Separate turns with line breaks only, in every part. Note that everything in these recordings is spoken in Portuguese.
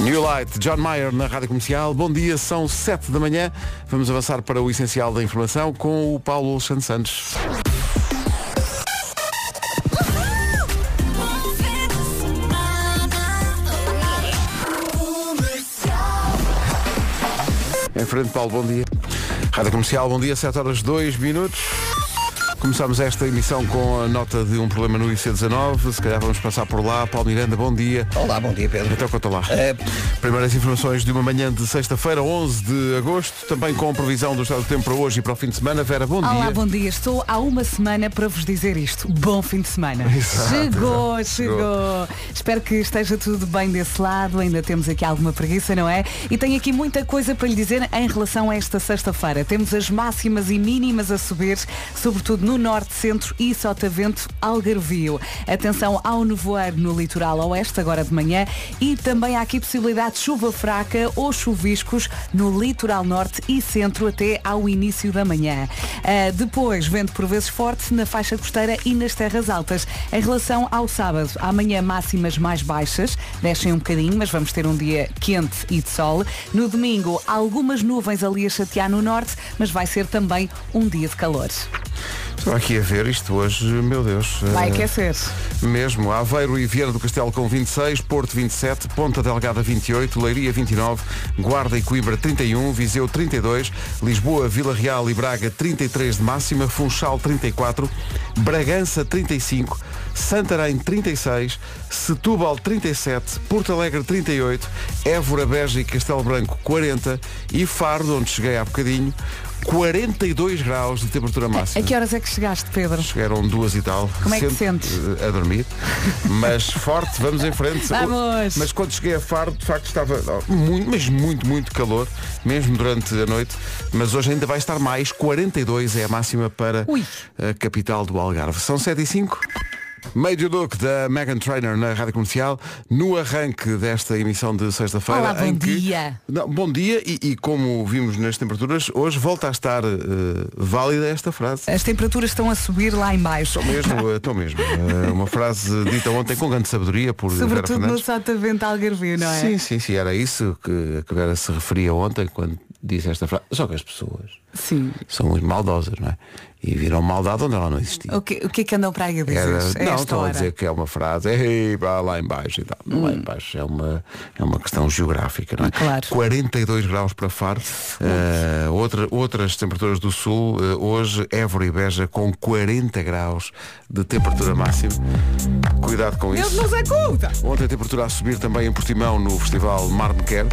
New Light, John Mayer na Rádio Comercial. Bom dia, são 7 da manhã. Vamos avançar para o essencial da informação com o Paulo Alexandre Santos. Em frente, Paulo, bom dia. Rádio Comercial, bom dia, 7 horas 2 minutos. Começamos esta emissão com a nota de um problema no IC19. Se calhar vamos passar por lá. Paulo Miranda, bom dia.
Olá, bom dia Pedro.
Então conta lá.
É.
Eh,
Primeiras informações de uma manhã de sexta-feira, 11 de agosto, também com previsão do estado do tempo para hoje e para o fim de semana. Vera, bom
Olá,
dia.
bom dia. Estou há uma semana para vos dizer isto. Bom fim de semana.
Exato,
chegou,
exato,
chegou, Espero que esteja tudo bem desse lado. Ainda temos aqui alguma preguiça, não é? E tenho aqui muita coisa para lhe dizer em relação a esta sexta-feira. Temos as máximas e mínimas a subir, sobretudo no norte, centro e sotavento Algarvio. Atenção ao nevoeiro no litoral oeste, agora de manhã. E também há aqui possibilidade de chuva fraca ou chuviscos no litoral norte e centro até ao início da manhã. Ah, depois, vento por vezes forte na faixa costeira e nas terras altas. Em relação ao sábado, amanhã máximas mais baixas, descem um bocadinho, mas vamos ter um dia quente e de sol. No domingo, algumas nuvens ali a chatear no norte, mas vai ser também um dia de calor.
Estou aqui a ver isto hoje, meu Deus.
Vai
Eh,
aquecer.
Mesmo, Aveiro e Vieira do Castelo com 26, Porto 27, Ponta Delgada 28, Leiria 29, Guarda e Coimbra 31, Viseu 32, Lisboa, Vila Real e Braga 33 de máxima, Funchal 34, Bragança 35, Santarém 36, Setúbal 37, Porto Alegre 38, Évora, Beja e Castelo Branco 40 e Faro, de onde cheguei há bocadinho, 42 graus de temperatura máxima.
A que horas é que chegaste, Pedro?
Chegaram duas e tal.
Como é que te
Sento,
sentes?
eh, A dormir. Mas forte, vamos em frente.
Vamos!
Mas quando cheguei a Faro, de facto estava oh, muito, mas muito, muito calor, mesmo durante a noite. Mas hoje ainda vai estar mais. 42 é a máxima para
Ui.
a capital do Algarve. São 7 e 5. Major Look da Megan Trainer na Rádio Comercial, no arranque desta emissão de sexta-feira.
Olá, bom
em que-
dia.
Não, bom dia e, e como vimos nas temperaturas, hoje volta a estar eh, válida esta frase.
As temperaturas estão a subir lá em baixo.
Estou mesmo, eh, estou mesmo. Eh, Uma frase dita ontem com grande sabedoria por Vera
Sobretudo no
Fernandes.
sotavento Algarvio, não é?
Sim, sim, sim, era isso que a Vera se referia ontem quando disse esta frase. Só que as pessoas
Sim.
são muito maldosas, não é? E viram maldade onde ela não existia.
O que, o que é que andam para aí a dizer?
Era-
a
não,
esta
estão a
hora? Hum.
dizer que é uma frase, ei, vá lá em baixo e tal. Lá em baixo é uma, é uma questão geográfica, não é?
Claro.
42 graus para Faro. Eh, outra, outras temperaturas do Sul, eh, hoje Évora e Beja com 40 graus de temperatura máxima. Cuidado com
Deus
isso.
nos acuda!
Ontem a temperatura a subir também em Portimão no Festival Mar de Quer,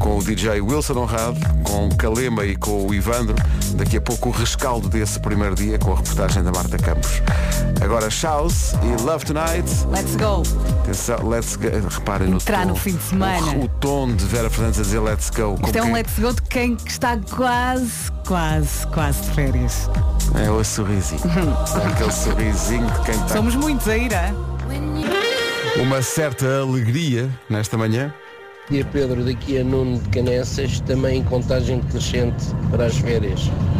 com o DJ Wilson Honrado, com o Calema e com o Ivandro. Daqui a pouco o rescaldo desse primeiro dia com a reportagem da Marta Campos. Agora Shouse e Love Tonight.
Let's go!
Atenção, let's go. Reparem no
Entrar
tom.
no fim de semana.
O, o tom de Vera Fernandes a dizer let's go. como
Isto é um
quem-
let's go de quem que está quase, quase, quase de férias.
É o sorrisinho. É aquele sorrisinho de quem tá. está
Somos muitos a ir, é?
Uma certa alegria nesta manhã.
Dia Pedro, daqui a Nuno de Canessas, também em contagem crescente para as férias. Um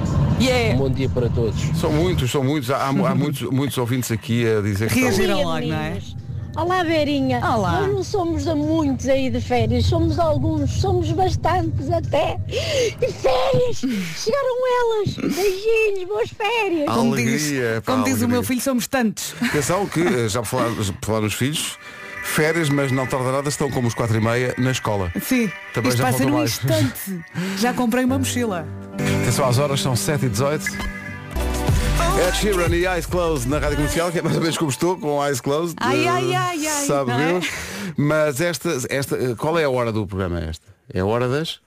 Yeah!
bom dia para todos.
São muitos, são muitos. Há, há mu- há muitos, muitos ouvintes aqui a dizer que estão...
Reagir. Viram
Bom dia,
logo, não é?
meninos. Olá, Verinha.
Olá.
Nós não somos a muitos aí de férias, somos alguns, somos bastantes até. E férias! Chegaram elas! Beijinhos, boas férias!
Ah.
Como
Alegria,
diz,
pá,
como diz
alegria.
o meu filho, somos tantos.
Atenção que eh, já por falar, já por falar nos filhos, férias, mas não tarda nada, estão como os quatro e meia na escola.
Sim,
Também
isto
já
passa
faltou
num
mais.
instante. Já comprei uma mochila.
Atenção às horas, são 7 e 18 Ed Sheeran e Eyes Closed na Rádio Comercial, que é mais ou menos como estou, com Eyes Closed.
Ai,
Eh,
ai, ai, ai,
Sabe
não é?
Deus. Mas esta, esta, eh, qual é a hora do programa esta? É a hora das?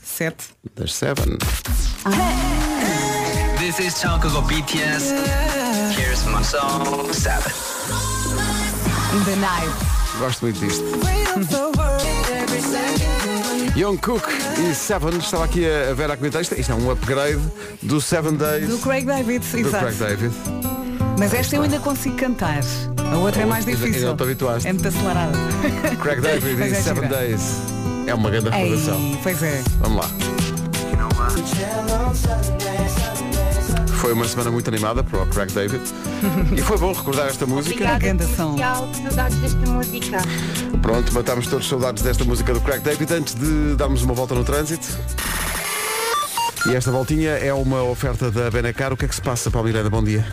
Sete.
Das 7.
This is Chocobo BTS. Here's my song, Seven.
In the night.
Gosto muito disto. Young Cook e Seven, estava aqui a a ver a comentar isto. Isto é um upgrade do Seven Days.
Do Craig David,
do
exato.
Craig David.
Mas esta eu ainda consigo cantar. A outra é mais
Ainda- ainda
difícil.
não te habituaste.
É muito acelerada.
Craig David e
Mas é
Seven
gira.
Days. É uma grande
Ei, é.
recordação.
pois é.
Vamos lá. Foi uma semana muito animada para o Craig David. E foi bom recordar esta música.
Obrigada. Ganda som.
comercial, saudades desta música.
Pronto, matámos todos saudades desta música do Craig David antes de darmos uma volta no trânsito. E esta voltinha é uma oferta da Benacar. O que é que se passa, Paulo Miranda? Bom dia.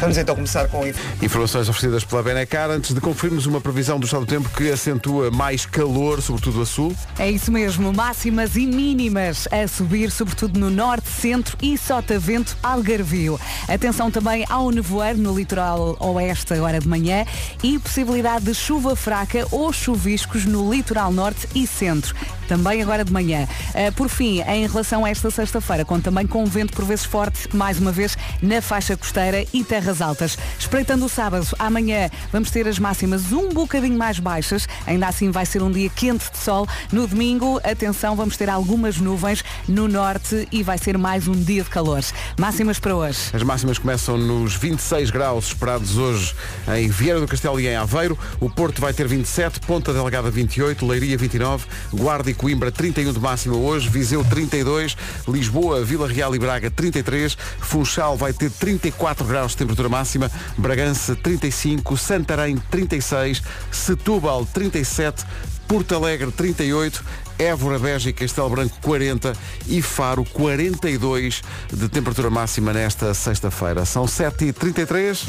Vamos então começar com
Informações oferecidas pela Benacar. Antes de conferirmos uma previsão do estado do tempo que acentua mais calor, sobretudo a sul.
É isso mesmo, máximas e mínimas a subir, sobretudo no norte, centro e sotavento algarvio. Atenção também ao nevoeiro no litoral oeste agora de manhã e possibilidade de chuva fraca ou chuviscos no litoral norte e centro, também agora de manhã. Eh, Por fim, em relação a esta sexta-feira, conta também com um vento por vezes forte, mais uma vez, na faixa costeira e terras altas. Espreitando o sábado, amanhã vamos ter as máximas um bocadinho mais baixas, ainda assim vai ser um dia quente de sol. No domingo, atenção, vamos ter algumas nuvens no norte e vai ser mais um dia de calor. Máximas para hoje.
As máximas começam nos 26 graus esperados hoje em Vieira do Castelo e em Aveiro. O Porto vai ter 27, Ponta Delgada 28, Leiria 29, Guarda e Coimbra 31 de máxima hoje, Viseu 32, Lisboa, Vila Real e Braga 33, Funchal vai ter 34 graus de temperatura máxima, Bragança 35, Santarém 36, Setúbal 37, Porto Alegre 38, Évora, Beja e Castelo Branco 40 e Faro 42 de temperatura máxima nesta sexta-feira. São 7h33.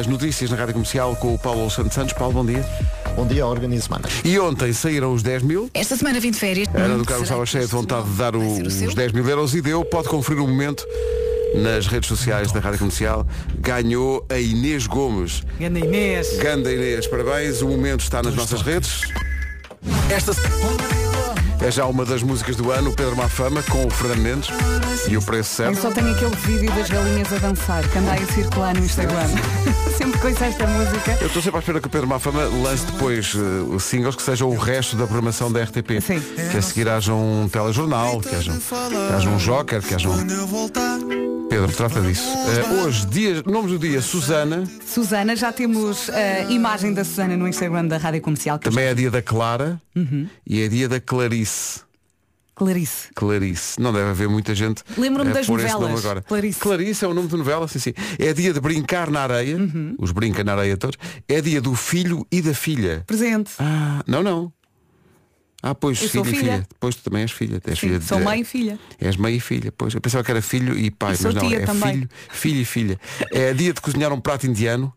As notícias na Rádio Comercial com o Paulo Alexandre Santos. Paulo, bom dia.
Bom dia, organismo Manas.
E ontem saíram os 10 mil.
Esta semana vim de férias.
A Ana do Carmo estava cheia de vontade de dar o- os 10 mil euros e deu. Pode conferir o momento nas redes sociais da Rádio Comercial. Ganhou a Inês Gomes.
Ana Inês.
Ganda Inês, parabéns. O momento está nas nossas redes.
Esta
É já uma das músicas do ano, o Pedro Mafama, com o Fernando Mendes e o preço
Eu
certo.
só tenho aquele vídeo das galinhas a dançar, que andai a circular no Instagram. Sempre com esta música.
Eu estou sempre à espera que o Pedro Mafama lance depois eh, os singles que sejam o resto da programação da RTP.
Sim.
Que a seguir haja um telejornal, que haja, que haja um joker, que haja um... Pedro, trata disso. Eh, hoje, dia, nome do dia, Susana,
Susana, já temos a imagem da Susana no Instagram da Rádio Comercial. Que
também é dia da Clara
Uhum.
e é dia da Clarice.
Clarice.
Clarice. Não deve haver muita gente.
Lembro-me
eh,
das
por esse
novelas.
nome agora.
Clarice.
é o nome de novela, sim, sim. É dia de brincar na areia.
Uhum.
Os brinca na areia todos. É dia do filho e da filha.
Presente.
Ah, não, não. Ah, pois,
Eu
filho
sou
e
filha.
filha. Depois tu também és filha. És
Sim,
filha de-
sou mãe e filha.
És mãe e filha, pois. Eu pensava que era filho e pai,
E sou
mas não,
tia
é
também.
filho, filho e filha. É dia de cozinhar um prato indiano.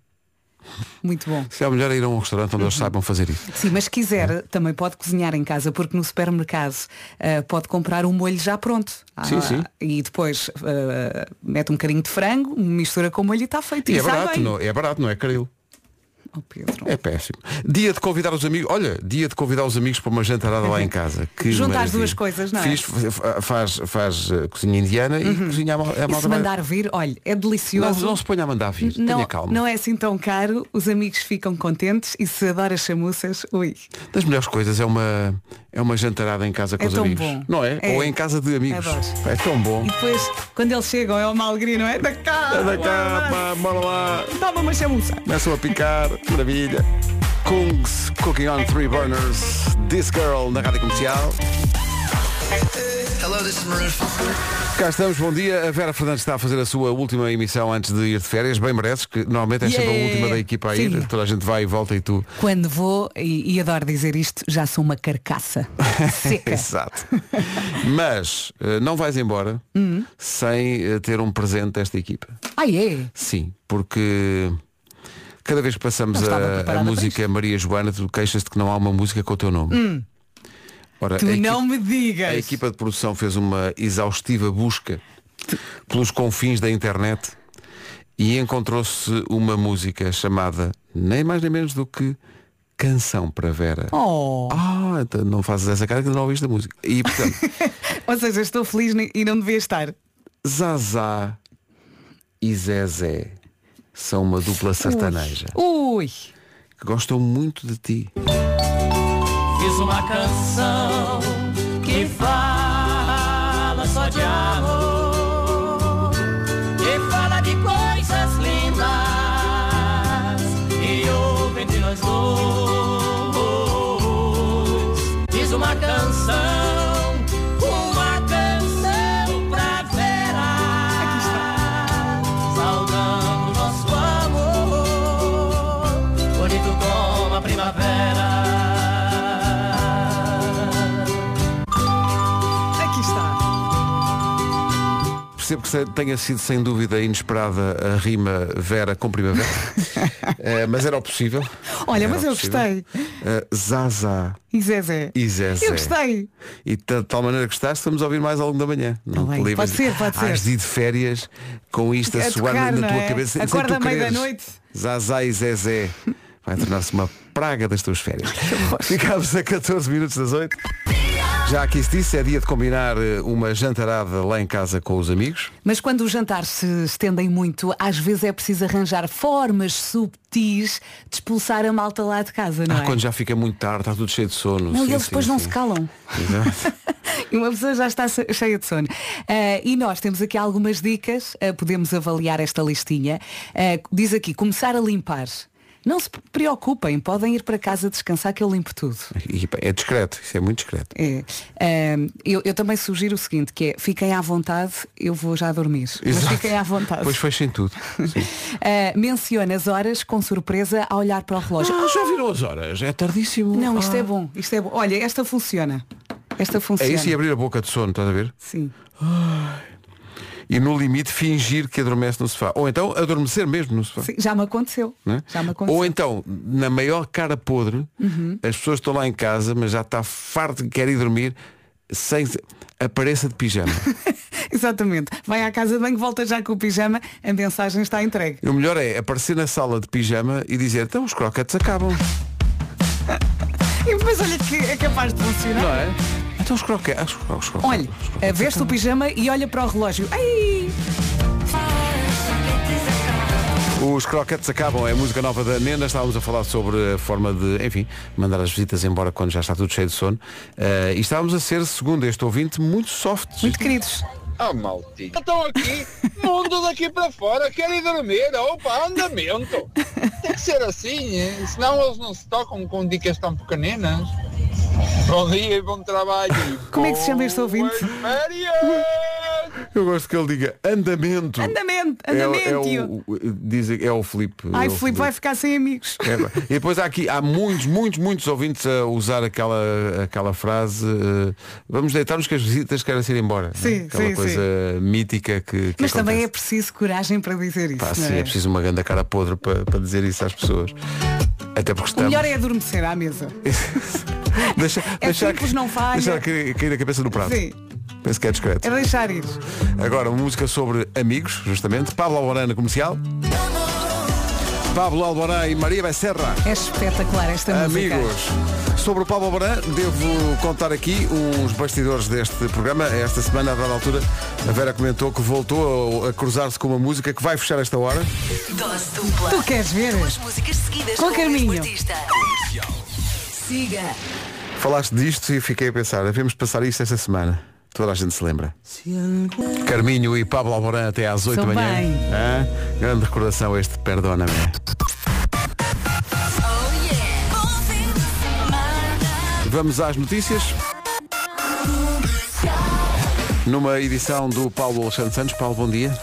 Muito bom.
Se é melhor ir a um restaurante onde eles
Uhum.
saibam fazer isso.
Sim, mas se quiser, também pode cozinhar em casa, porque no supermercado ah, pode comprar um molho já pronto. Ah,
Sim, sim.
E depois ah, mete um bocadinho de frango, mistura com o molho e está feito.
E
E
é
sai
barato,
bem.
não, é barato, não é caril.
Oh, Pedro.
É péssimo. Dia de convidar os amigos. Olha, dia de convidar os amigos para uma jantarada lá em casa. Que
Junta as
maravilha.
duas coisas, não é? Uhum.
Fiz, fa- faz, faz eh, cozinha indiana e cozinha a mal- a
E se
malta. vai-
mandar vir, olha, é
Não,
delicioso.
não se ponha a mandar vir.
não,
Tenha calma.
não é assim tão caro, os amigos ficam contentes e se adora chamuças, ui.
Das melhores coisas é uma, é uma jantarada em casa com
É
os
tão
amigos.
bom.
Não é?
É.
Ou em casa de amigos.
Adoro.
É tão bom.
E depois, quando eles chegam, é uma alegria, não é? Da cá!
Anda cá, pá, bora lá.
Toma uma chamuça!
Começam a picar. Maravilha. Kungs, Cooking on Three Burners, This Girl na Rádio Comercial.
Hello, this is Maroon.
Cá estamos, bom dia. A Vera Fernandes está a fazer a sua última emissão antes de ir de férias. Bem mereces, que normalmente é sempre a
Yeah.
última da equipa a ir.
Sim.
Toda a gente vai e volta e tu.
Quando vou, e, e adoro dizer isto, já sou uma carcaça seca.
Exato. Mas eh, não vais embora
Hum.
sem eh, ter um presente desta equipa.
Ai é?
Sim, porque cada vez que passamos
Não estava
a- a,
preparada
música Maria Joana, tu queixas-te que não há uma música com o teu nome. Ora,
Hum. Tu
a equipa-
não me digas!
A equipa de produção fez uma exaustiva busca pelos confins da internet e encontrou-se uma música chamada nem mais nem menos do que Canção para Vera.
Oh.
Ah, então não fazes essa cara que não ouviste a música. E portanto,
Ou seja, estou feliz ne- e não devia estar.
Zazá e Zezé são uma dupla sertaneja
Ui!
que gostam muito de ti.
Fiz uma canção que fala só de amor, que fala de coisas lindas e ouve entre nós dois. Fiz uma canção, uma canção
percebo que se- tenha sido sem dúvida inesperada a rima Vera com Primavera, Eh, mas era o possível.
Olha,
Era
mas
o
eu
possível.
gostei.
Eh, Zaza
E Zezé.
e Zezé.
Eu gostei.
E de tal- tal maneira que estás, estamos a ouvir mais ao longo da manhã. Não
Tá bem.
te livres.
Pode ser, pode ser.
Hás de ir de férias com isto a,
A
soar na-
tocar,
na
não
tua
é?
cabeça. sem
Acorda
tu
à meia da
quereres.
noite.
Zazá e Zezé. Vai tornar-se uma praga das tuas férias. Ficámos a 14 minutos das 8. Já aqui se disse, é dia de combinar eh, uma jantarada lá em casa com os amigos.
Mas quando os jantares se estendem muito, às vezes é preciso arranjar formas subtis de expulsar a malta lá de casa, não
Ah,
é?
quando já fica muito tarde, está tudo cheio de sono.
Não,
Sim,
e eles
sim,
depois não
sim.
se calam.
Exato.
E uma pessoa já está se- cheia de sono. Ah, e nós temos aqui algumas dicas, ah, podemos avaliar esta listinha. Ah, diz aqui, começar a limpar. Não se preocupem, podem ir para casa descansar que eu limpo tudo.
E, pá, é discreto, isso é muito discreto.
É. Ah, eu, eu também sugiro o seguinte, que é fiquem à vontade, eu vou já dormir. Mas
Exato.
fiquem à vontade.
Depois fechem tudo.
Uh, menciona as horas com surpresa a olhar para o relógio.
Ah, já viram as horas? É tardíssimo.
Não, isto
Ah.
é bom, isto é bom. Olha, esta funciona. Esta
É
funciona.
isso e abrir a boca de sono, estás a ver?
Sim.
E no limite fingir que adormece no sofá. Ou então adormecer mesmo no sofá.
Sim, já me aconteceu.
né?
Já me aconteceu. Uhum.
Ou então, na maior cara podre, as pessoas estão lá em casa, mas já está farto que quer ir dormir, sem apareça de pijama.
Exatamente. Vai à casa de banho, volta já com o pijama, a mensagem está entregue.
E o melhor é aparecer na sala de pijama e dizer, então os croquetes acabam.
E depois olha que é capaz de funcionar.
Não é? Então os croquetes. Os croquetes, os croquetes,
Olha,
os
eh,
croquetes
veste o
acabam."
pijama e olha para o relógio. Ai!
Os croquetes acabam, é a música nova da Nena. Estávamos a falar sobre a forma de, enfim, mandar as visitas embora quando já está tudo cheio de sono. Eh, e estávamos a ser, segundo este ouvinte, muito soft.
Muito queridos.
Ah, maltinho. Estão aqui, mundo daqui para fora, querem dormir, opa, andamento. Tem que ser assim, eh? senão eles não se tocam com dicas tão pequeninas. Bom dia e bom trabalho.
Como é que se chama este
Boas
ouvinte?
férias!
Eu gosto que ele diga andamento.
Andamento,
É o-
andamento.
É, o, o- diz, é o Filipe.
Ai,
É o
Filipe, vai ficar sem amigos.
É, vai. e depois há aqui, há muitos, muitos, muitos ouvintes a usar aquela, aquela frase eh, Vamos deitar-nos que as visitas querem ir embora.
Sim,
né? Aquela
sim,
coisa mítica que, que
Mas também é
acontece.
preciso coragem para dizer isso.
Pá,
não
sim, é preciso uma grande cara podre para, para dizer isso às pessoas. Até porque
O
estamos.
melhor é adormecer à mesa.
Deixa,
É
deixar
simples,
que-
não falha.
Deixar cair, cair a cabeça no prato.
Sim.
Penso que é discreto.
É deixar ir.
Agora, uma música sobre amigos, justamente. Pablo Alborán na comercial. Pablo Alborán e Maria Becerra.
É espetacular esta música.
Amigos, sobre o Pablo Alborán, devo contar aqui uns bastidores deste programa. Esta semana, a dada altura, a Vera comentou que voltou a, a cruzar-se com uma música que vai fechar esta hora.
Dose dupla.
Tu queres ver?
Duas músicas seguidas
Com
com, o mesmo
Carminho.
artista. Siga.
Falaste disto e fiquei a pensar, devemos passar isto esta semana. Toda a gente se lembra. Carminho e Pablo Alborán até às 8 da
São
manhã.
bem.
Hã? Grande recordação este Perdona-me.
Oh yeah.
Vamos às notícias. Numa edição do Paulo Alexandre Santos. Paulo, bom dia.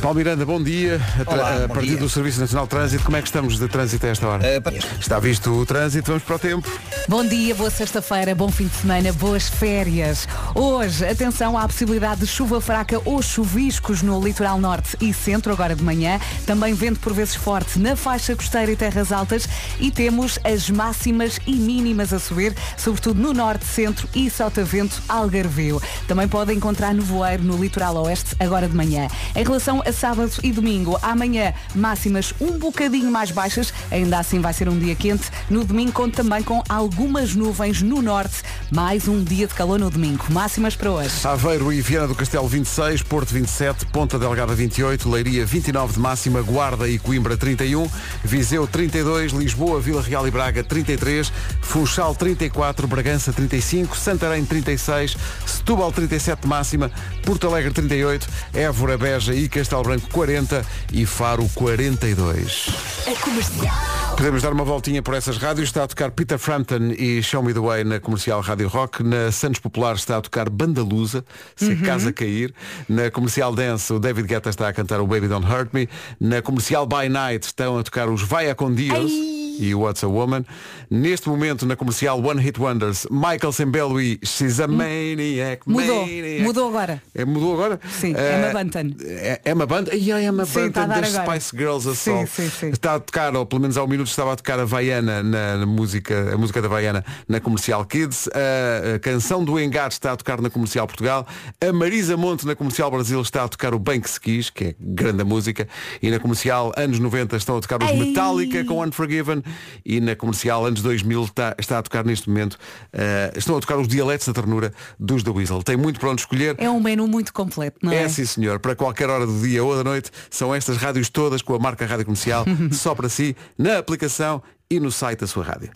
Paulo Miranda, bom dia. A, tra-
Olá,
a
bom
partir
dia.
do Serviço Nacional de Trânsito, como é que estamos de trânsito a esta hora?
Eh, pa-
Está visto o trânsito, vamos para o tempo.
Bom dia, boa sexta-feira, bom fim de semana, boas férias. Hoje, atenção, há a possibilidade de chuva fraca ou chuviscos no litoral norte e centro, agora de manhã. Também vento por vezes forte na faixa costeira e terras altas. E temos as máximas e mínimas a subir, sobretudo no norte, centro e sotavento algarvio. Também pode encontrar nevoeiro no litoral oeste, agora de manhã. Em relação a sábado e domingo, amanhã máximas um bocadinho mais baixas, ainda assim vai ser um dia quente. No domingo conto também com algumas nuvens no norte, mais um dia de calor no domingo. Máximas para hoje.
Aveiro e Viana do Castelo 26, Porto 27, Ponta Delgada 28, Leiria 29 de máxima, Guarda e Coimbra 31, Viseu 32, Lisboa, Vila Real e Braga 33, Funchal 34, Bragança 35, Santarém 36, Setúbal 37 de máxima, Porto Alegre 38, Évora, Beja e Castelo Branco 40 e Faro 42.
A comercial.
Podemos dar uma voltinha por essas rádios. Está a tocar Peter Frampton e Show Me the Way na comercial Rádio Rock. Na Santos Popular está a tocar Bandalusa, se
Uhum.
a casa cair. Na comercial Dance, o David Guetta está a cantar o Baby Don't Hurt Me. Na comercial By Night estão a tocar os Vai a com Dios.
Ai,
e What's a Woman. Neste momento, na comercial One Hit Wonders, Michael Sembello e She's a Maniac.
Hum. Mudou,
maniac.
mudou agora.
É, mudou agora?
Sim, Emma Bunton.
É, Emma Bunton? Ai, ai, Emma
Sim, está a
Bunton
dar
das
agora.
Spice Girls a
Sim,
sol.
sim, sim.
Está a tocar, ou pelo menos há um minuto estava a tocar a Vaiana na, na música, a música da Vaiana na Comercial Kids. A, a canção do Engar está a tocar na Comercial Portugal. A Marisa Monte na Comercial Brasil está a tocar o Bem que se quis, que é grande a música. E na Comercial anos 90 estão a tocar os
Ai.
Metallica com Unforgiven. E na Comercial anos 2000 está, está a tocar neste momento, eh, estão a tocar os dialetos da ternura dos The Weasel. Tem muito para onde escolher.
É um menu muito completo, não é?
É sim senhor, para qualquer hora do dia ou da noite São estas rádios todas com a marca Rádio Comercial Só para si, na aplicação e no site da sua rádio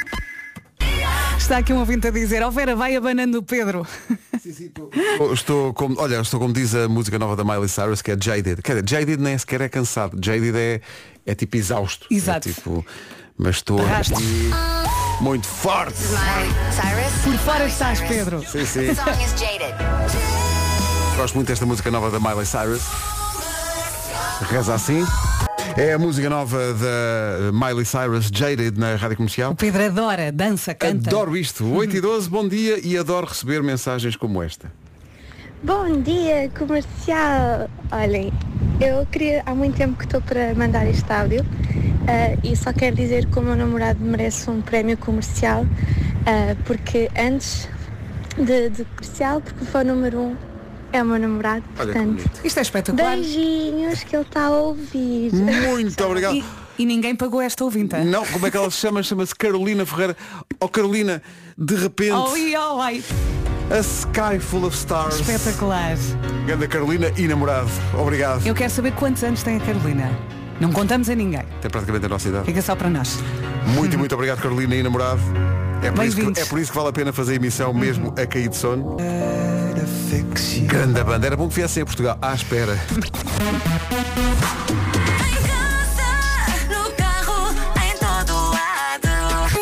Está aqui um ouvinte a dizer, ó Vera, vai abanando o Pedro.
Eu Estou como, olha, estou como diz a música nova da Miley Cyrus Que é Jaded Quer dizer, Jaded nem sequer é cansado Jaded é, é tipo exausto
Exato.
É tipo, mas estou
Arrasta.
aqui muito forte
Cyrus.
Por fora estás, Pedro.
Sim, sim
Song is jaded.
Gosto muito desta música nova da Miley Cyrus. Reza assim. É a música nova da Miley Cyrus, Jaded, na Rádio Comercial.
O Pedro adora, dança, canta.
Adoro isto. 8 e 12, bom dia e adoro receber mensagens como esta.
Bom dia, comercial! Olhem, eu queria, há muito tempo que estou para mandar este áudio ah, e só quero dizer que o meu namorado merece um prémio comercial ah, porque antes de, de comercial, porque foi o número um, é o meu namorado, portanto.
Isto é espetacular.
Beijinhos que ele está a ouvir.
Muito obrigado.
E, e ninguém pagou esta ouvinte.
Não, como é que ela se chama? Chama-se Carolina Ferreira. Oh Carolina, de repente,
Oh, e oh, ai.
a Sky Full of Stars.
Espetacular.
Ganda Carolina e namorado. Obrigado.
Eu quero saber quantos anos tem a Carolina. Não contamos a ninguém.
Até praticamente a nossa idade.
Fica só para nós.
Muito, e muito obrigado, Carolina e namorado. É por, isso que,
Bem-vindos.
é por isso que vale a pena fazer a emissão mesmo a cair de sono. Grande banda. Era bom que viessem a Portugal. À espera.
Em casa, no carro, em todo lado.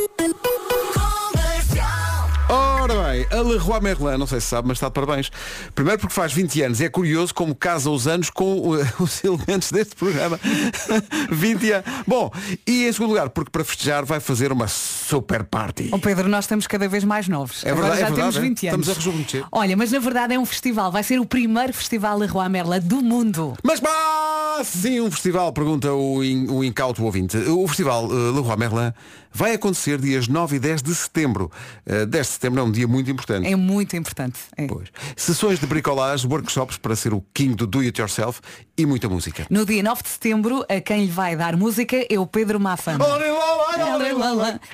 Comercial.
Ora bem, a Leroy Merlin, não sei se sabe, mas está de parabéns. Primeiro porque faz 20 anos. E é curioso como casa os anos com uh, os elementos deste programa. 20 anos. Bom, e em segundo lugar, porque para festejar vai fazer uma super party.
Oh Pedro, nós estamos cada vez mais novos.
É
Agora
verdade,
já
é
temos
verdade, é?
20 anos.
Estamos a rejuvenescer.
Olha, mas na verdade é um festival. Vai ser o primeiro festival Leroy Merla do mundo.
Mas pá, sim, um festival, pergunta o, in, o incauto ouvinte. O festival uh, Leroy Merlin vai acontecer dias 9 e 10 de setembro. Eh, 10 de setembro é um dia muito importante.
É muito importante. É.
Pois. Sessões de bricolage, workshops para ser o king do do it yourself e muita música.
No dia 9 de setembro, a quem lhe vai dar música é o Pedro Mafa.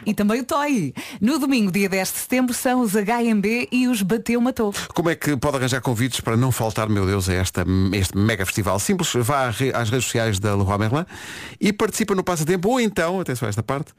E também o Toy. No domingo, dia 10 de setembro, são os HMB e os Bateu Matou.
Como é que pode arranjar convites para não faltar, meu Deus, a esta, este mega festival? Simples, vá à re- às redes sociais da Leroy Merlin e participa no passatempo, ou então, atenção a esta parte,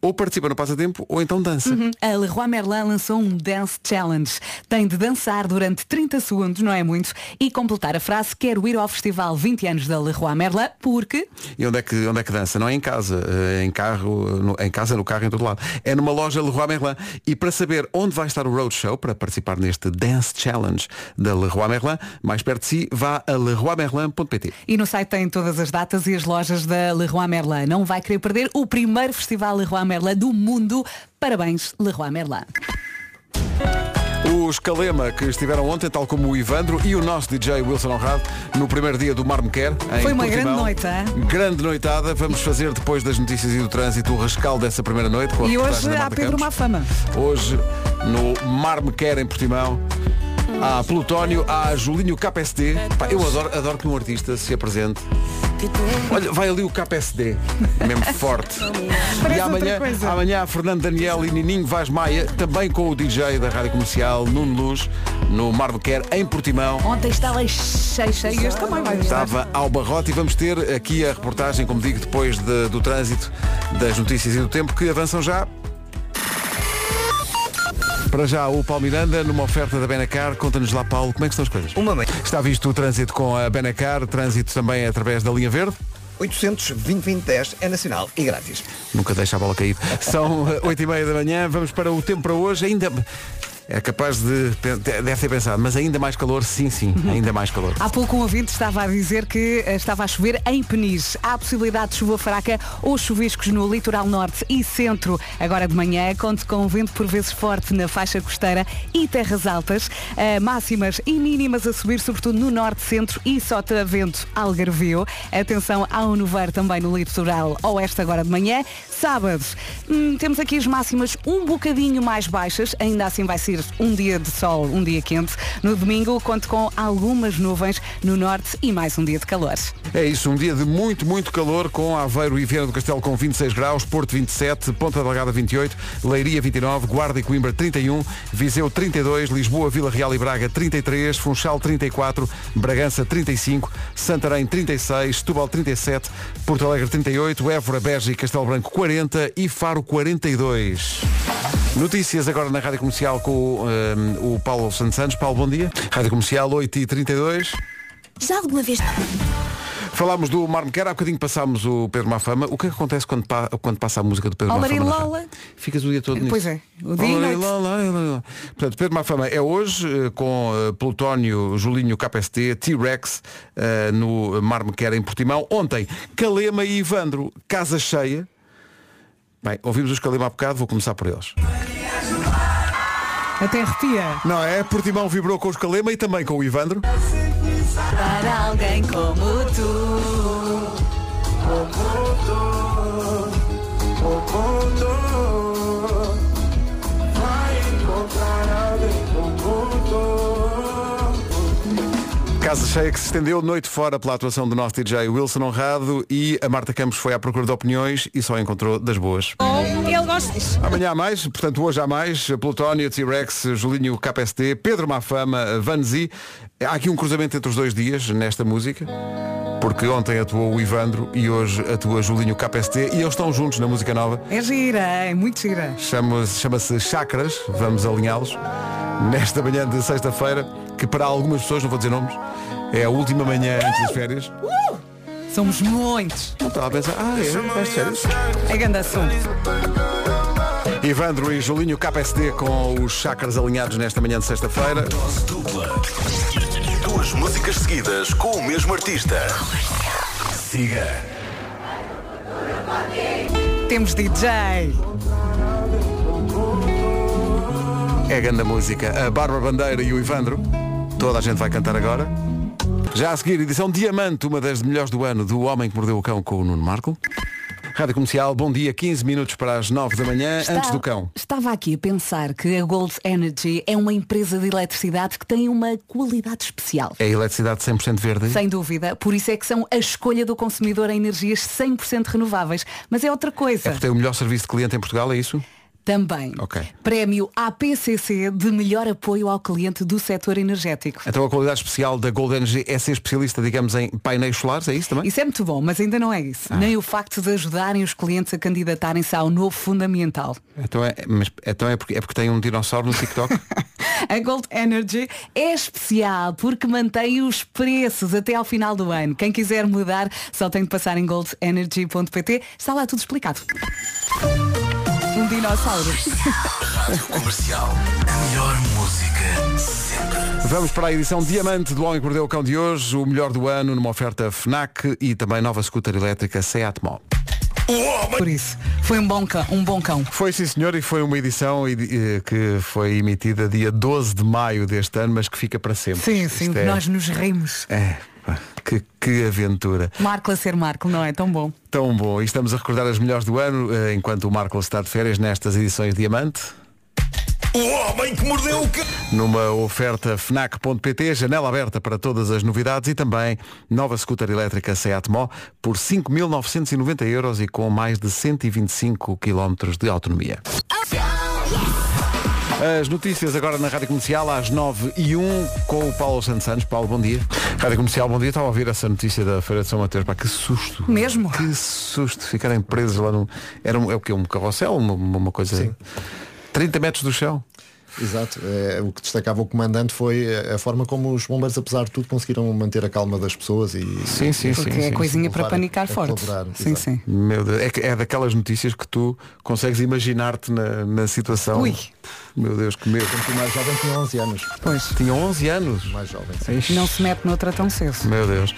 ou participa no passatempo, ou então dança.
A Leroy Merlin lançou um Dance Challenge. Tem de dançar durante 30 segundos, não é muito, e completar a frase Quero ir ao festival 20 anos da Leroy Merlin porque...
E onde é, que, onde é que dança? Não é em casa, eh, em carro, no- em casa, no carro, em todo lado. É numa loja Leroy Merlin. E para saber onde vai estar o Roadshow, para participar neste Dance Challenge da Leroy Merlin, mais perto de si, vá a leroymerlin.pt.
E no site tem todas as datas e as lojas da Leroy Merlin. Não vai querer perder o primeiro festival Leroy Merlin do mundo. Parabéns, Leroy Merlin.
Os Calema que estiveram ontem, tal como o Ivandro e o nosso DJ Wilson Honrado, no primeiro dia do Mar Me Quer. em
Foi uma
Portimão.
grande noite, hein?
Grande noitada. Vamos fazer, depois das notícias e do trânsito, o rescaldo dessa primeira noite. Com a
E
reportagem
hoje
da
há
Marta
Pedro
Campos.
Mafama.
Hoje, no Mar Me Quer, em Portimão, há Plutónio, há Julinho KSD. Pá, eu adoro, adoro que um artista se apresente. Olha, vai ali o KSD, mesmo forte.
Parece
e
outra
amanhã,
coisa.
amanhã há Fernando Daniel e Nininho Vaz Maia, também com o DJ da Rádio Comercial, Nuno Luz, no Mar Me Quer, em Portimão.
Ontem estava cheio, cheio. Este também vai estar.
Estava ao barrote e vamos ter aqui a reportagem, como digo, depois de- do trânsito, das notícias e do tempo, que avançam já. Para já, o Paulo Miranda, numa oferta da Benacar, conta-nos lá, Paulo, como é que estão as coisas?
Uma manhã.
Está visto o trânsito com a Benacar, trânsito também através da linha verde.
800 2010 é nacional e grátis.
Nunca deixa a bola cair. São eh, 8 e meia da manhã, vamos para o tempo para hoje. Ainda é capaz de. Deve ter pensado, mas ainda mais calor, sim, sim, ainda mais calor.
Há pouco um ouvinte estava a dizer que eh, estava a chover em Peniche. Há a possibilidade de chuva fraca ou chuviscos no litoral norte e centro. Agora de manhã, conte com vento por vezes forte na faixa costeira e terras altas. Eh, máximas e mínimas a subir, sobretudo no norte, centro e sotavento algarvio. Atenção ao nevoeiro também no litoral oeste agora de manhã. Sábado, hum, temos aqui as máximas um bocadinho mais baixas. Ainda assim vai ser um dia de sol, um dia quente. No domingo, conto com algumas nuvens no norte e mais um dia de calor.
É isso, um dia de muito, muito calor com Aveiro e Viana do Castelo com 26 graus, Porto 27, Ponta Delgada 28, Leiria 29, Guarda e Coimbra 31, Viseu 32, Lisboa, Vila Real e Braga 33, Funchal 34, Bragança 35, Santarém 36, Setúbal 37, Porto Alegre 38, Évora, Beja e Castelo Branco 40 e Faro 42. Notícias agora na Rádio Comercial com hum, o Paulo Santos Santos. Paulo, bom dia. Rádio Comercial 8h32.
Já alguma vez.
Falámos do Mar Mequer, há bocadinho passámos o Pedro Mafama. O que é que acontece quando, pa- quando passa a música do Pedro Mafama? na rádio?
Olarilola.
Ficas o dia todo nisso.
Pois é, o dia e
Olá,
noite.
olá, olá, olá. Portanto, Pedro Mafama é hoje eh, com eh, Plutónio, Julinho, KST, T-Rex eh, no Mar Mequer em Portimão. Ontem, Calema e Ivandro, casa cheia. Bem, ouvimos os Calema há bocado, vou começar por eles.
Até arrepia.
Não é? Portimão vibrou com os Calema e também com o Ivandro.
Para alguém como tu. Como tu. Como tu. Vai encontrar alguém como tu.
Casa cheia que se estendeu noite fora pela atuação do nosso DJ Wilson Honrado e a Marta Campos foi à procura de opiniões e só encontrou das boas.
Oh,
Ele gosta disso.
Amanhã há mais, portanto hoje há mais, Plutónio, T-Rex, Julinho KST, Pedro Mafama, Vanzi. Há aqui um cruzamento entre os dois dias nesta música, porque ontem atuou o Ivandro e hoje atua Julinho KST e eles estão juntos na música nova.
É gira, é muito gira.
Chama- Chama-se Chakras, vamos alinhá-los nesta manhã de sexta-feira, que para algumas pessoas, não vou dizer nomes, é a última manhã antes das férias.
Somos muitos.
Não estava a pensar, ah, é, vais de férias?
É grande assunto.
Ivandro e Julinho KSD com os chakras alinhados nesta manhã de sexta-feira.
Duas músicas seguidas com o mesmo artista. Siga.
Temos DJ.
É grande a música. A Bárbara Bandeira e o Ivandro. Toda a gente vai cantar agora. Já a seguir, edição Diamante, uma das melhores do ano, do Homem que Mordeu o Cão com o Nuno Marco. Rádio Comercial, bom dia, 15 minutos para as 9 da manhã,
Está-
antes do cão.
Estava aqui a pensar que a Gold Energy é uma empresa de eletricidade que tem uma qualidade especial.
É a eletricidade 100% verde?
Sem dúvida, por isso é que são a escolha do consumidor em energias 100% renováveis. Mas é outra
É
coisa.
porque tem o melhor serviço de cliente em Portugal, é isso?
Também.
Ok.
Prémio APCC de melhor apoio ao cliente do setor energético.
Então a qualidade especial da Gold Energy é ser especialista, digamos, em painéis solares, é isso também?
Isso é muito bom, mas ainda não é isso.
Ah.
Nem o facto de ajudarem os clientes a candidatarem-se ao novo fundamental.
Então é, mas, então é, porque, é porque tem um dinossauro no TikTok?
A Gold Energy é especial porque mantém os preços até ao final do ano. Quem quiser mudar só tem de passar em goldenergy.pt. Está lá tudo explicado. Um dinossauro.
Comercial. A melhor música sempre.
Vamos para a edição Diamante do Homem que Mordeu o Cão de hoje, o melhor do ano, numa oferta FNAC e também nova scooter elétrica Seat Mó.
Por isso, foi um bom cão. Um bom cão.
Foi sim senhor e foi uma edição e- e- que foi emitida dia 12 de maio deste ano, mas que fica para sempre.
Sim, sim,
Isto é-
nós nos rimos.
É, pá, que, que aventura.
Marco a ser Marco, não é tão bom.
Tão bom. E estamos a recordar as melhores do ano, eh, enquanto o Marco está de férias nestas edições Diamante.
O homem que mordeu o cão.
Numa oferta FNAC.pt, janela aberta para todas as novidades e também nova scooter elétrica Seat Mó por 5.990 euros e com mais de 125 km de autonomia. As notícias agora na Rádio Comercial às 9 e 1 com o Paulo Santos Santos. Paulo, bom dia. Rádio Comercial, bom dia. Estava a ouvir essa notícia da Feira de São Mateus. Pá, que susto.
Mesmo?
Que susto. Ficarem presos lá num... Era um, é o quê? Um carrossel? Uma, uma coisa... 30 metros do chão?
Exato. É, o que destacava o comandante foi eh, a forma como os bombeiros, apesar de tudo, conseguiram manter a calma das pessoas e.
Sim, sim,
Porque é coisinha para panicar forte. Sim, sim.
Meu Deus, é, que- é daquelas notícias que tu consegues imaginar-te na, na situação.
Ui.
Meu Deus, que medo.
O mais jovem tinha 11 anos.
Pois.
Tinha 11 anos.
Mais jovem.
Não se mete noutra tão cedo.
Meu Deus,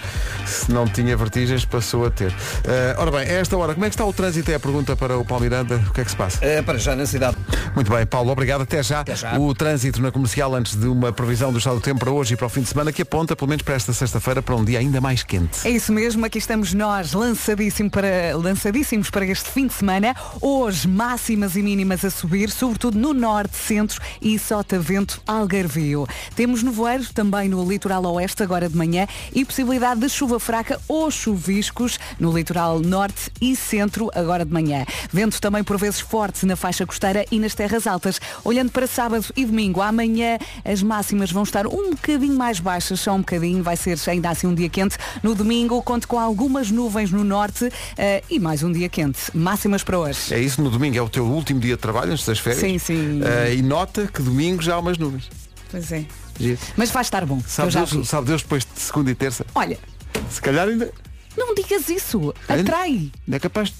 se não tinha vertigens, passou a ter. Eh, ora bem, a esta hora, como é que está o trânsito? É a pergunta para o Paulo Miranda. O que é que se passa?
Eh, para já na cidade.
Muito bem, Paulo, obrigado. Até já. O trânsito na comercial antes de uma previsão do estado do tempo para hoje e para o fim de semana que aponta, pelo menos para esta sexta-feira, para um dia ainda mais quente.
É isso mesmo, aqui estamos nós, lançadíssimo para, lançadíssimos para este fim de semana. Hoje, máximas e mínimas a subir, sobretudo no norte, centro e sotavento algarvio. Temos nevoeiro também no litoral oeste, agora de manhã, e possibilidade de chuva fraca ou chuviscos no litoral norte e centro, agora de manhã. Vento também por vezes forte na faixa costeira e nas terras altas. Olhando para sábado e domingo, amanhã as máximas vão estar um bocadinho mais baixas, só um bocadinho, vai ser ainda assim um dia quente. No domingo, conto com algumas nuvens no norte eh, e mais um dia quente. Máximas para hoje.
É isso, no domingo é o teu último dia de trabalho antes das férias.
Sim, sim.
Eh, e nota que domingo já há umas nuvens.
Pois é.
Giro.
Mas vai estar bom. eu
Sabe
já
Deus,
vi.
sabe Deus depois de segunda e terça?
Olha,
Se calhar ainda.
não digas isso.
Ainda-
Atrai.
Não é capaz. de-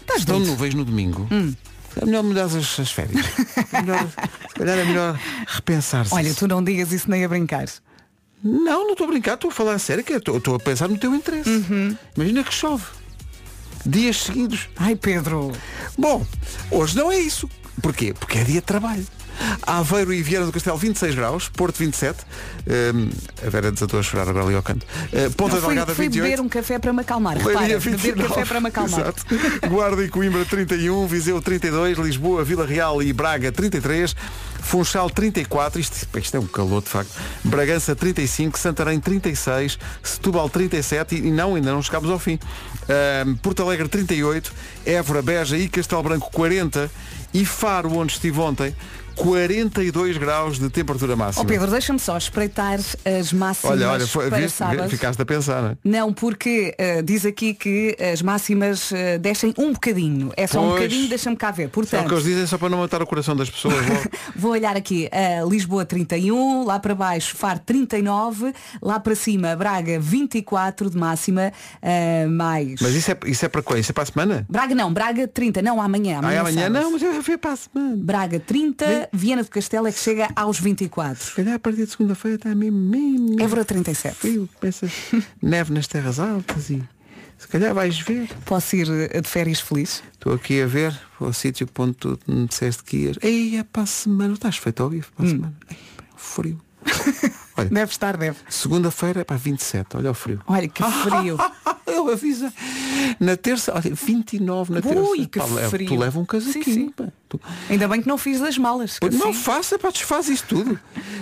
Estás
Estão
doido.
nuvens no domingo.
Hum.
É melhor mudar as, as férias. É melhor- se calhar é melhor repensar-se.
Olha, tu não digas isso nem a brincar.
Não, não estou a brincar, estou a falar a sério, que eu estou- eu estou a pensar no teu interesse.
Uhum.
Imagina que chove. Dias seguidos.
Ai, Pedro.
Bom, hoje não é isso. Porquê? Porque é dia de trabalho. Aveiro e Vieira do Castelo 26 graus, Porto 27, hum, a Vera desatou a chorar agora ali ao canto, Uh, Ponta
Não, fui,
Delgada
fui
28,
beber um café para me acalmar.
Leiria
Repara,
29.
beber café para me acalmar.
Exato. Guarda e Coimbra 31, Viseu 32, Lisboa, Vila Real e Braga 33, Funchal 34, isto, isto é um calor de facto, Bragança 35, Santarém 36, Setúbal 37 e e não, ainda não chegámos ao fim. Ahm, Porto Alegre 38, Évora, Beja e Castelo Branco 40 e Faro, onde estive ontem, 42 graus de temperatura máxima.
Ó Oh, Pedro, deixa-me só espreitar as máximas
olha, olha, foi,
para
viste?
sábado.
ficaste a pensar, não é?
Não, porque eh, diz aqui que as máximas eh, descem um bocadinho. É só um
Pois.
bocadinho, deixa-me cá ver.
É o que
Portanto,
eles dizem só para não matar o coração das pessoas logo.
vou olhar aqui eh, Lisboa 31, lá para baixo Faro 39, lá para cima Braga 24 de máxima, eh, mais...
Mas isso é, isso é para quê? Isso é para a semana?
Braga não, Braga 30, não amanhã.
Ah, é amanhã? Não,
mas
eu fui para a semana.
Braga 30, Viena do Castelo é que chega aos 24. Se
calhar a partir de segunda-feira está mesmo,
Évora 37.
Frio, pensas, neve nas terras altas e se calhar vais ver.
Posso ir eh, de férias feliz?
Estou aqui a ver o sítio para onde tu me disseste que ias. Ei, é para a semana. Estás feito ao vivo para a
Hum.
semana. Ei, pá, o frio. Olha,
deve estar, deve.
Segunda-feira é para 27, olha o frio.
Olha que frio.
Eu aviso. Na terça, olha, 29 na terça.
Ui, que
Pá, leva-
frio.
Tu leva um casaquinho. pá.
Ainda bem que assim, não fiz das malas.
Pois, não
Sim.
faça, pá, desfaz isto tudo.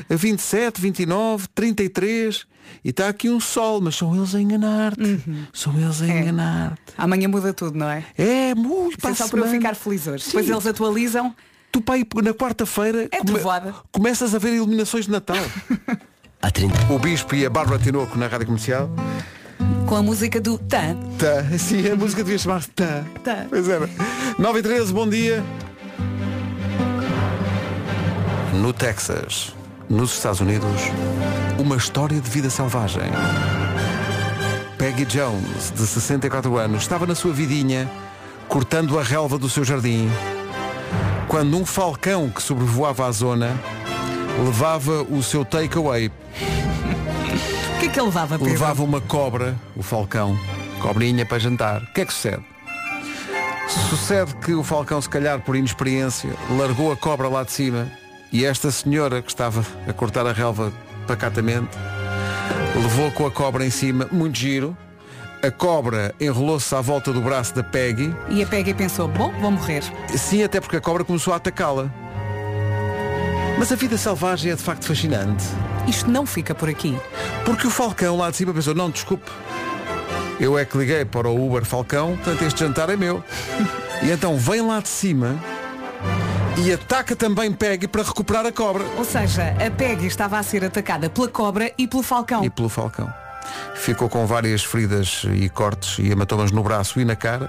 27, 29, 33 e está aqui um sol, mas são eles a enganar-te.
Uhum.
São eles a enganar-te.
Amanhã muda tudo, não é?
É, muito
Isso é só para eu ficar feliz hoje. Depois eles atualizam.
Tu pai na quarta-feira
é trovoada.
começas a ver iluminações de Natal. O Bispo e a Bárbara Tinoco na Rádio Comercial.
Com a música do Tan.
Tá, sim, a música devia chamar-se Tá.
Tá.
Pois era. 9 e 13, bom dia. No Texas, nos Estados Unidos, uma história de vida selvagem. Peggy Jones, de 64 anos, estava na sua vidinha, cortando a relva do seu jardim, quando um falcão que sobrevoava a zona levava o seu takeaway
O que é que ele levava, Pedro?
Levava uma cobra, o falcão, cobrinha para jantar. O que é que sucede? Sucede que o falcão, se calhar por inexperiência, largou a cobra lá de cima e esta senhora que estava a cortar a relva pacatamente levou com a cobra em cima, muito giro. A cobra enrolou-se à volta do braço da Peggy.
E a Peggy pensou, bom, vou morrer.
Sim, até porque a cobra começou a atacá-la. Mas a vida selvagem é de facto fascinante.
Isto não fica por aqui.
Porque o Falcão lá de cima pensou, não, desculpe, eu é que liguei para o Uber Falcão, portanto este jantar é meu. E então vem lá de cima e ataca também Peggy para recuperar a cobra.
Ou seja, a Peggy estava a ser atacada pela cobra e pelo falcão.
E pelo Falcão. Ficou com várias feridas e cortes e hematomas no braço e na cara.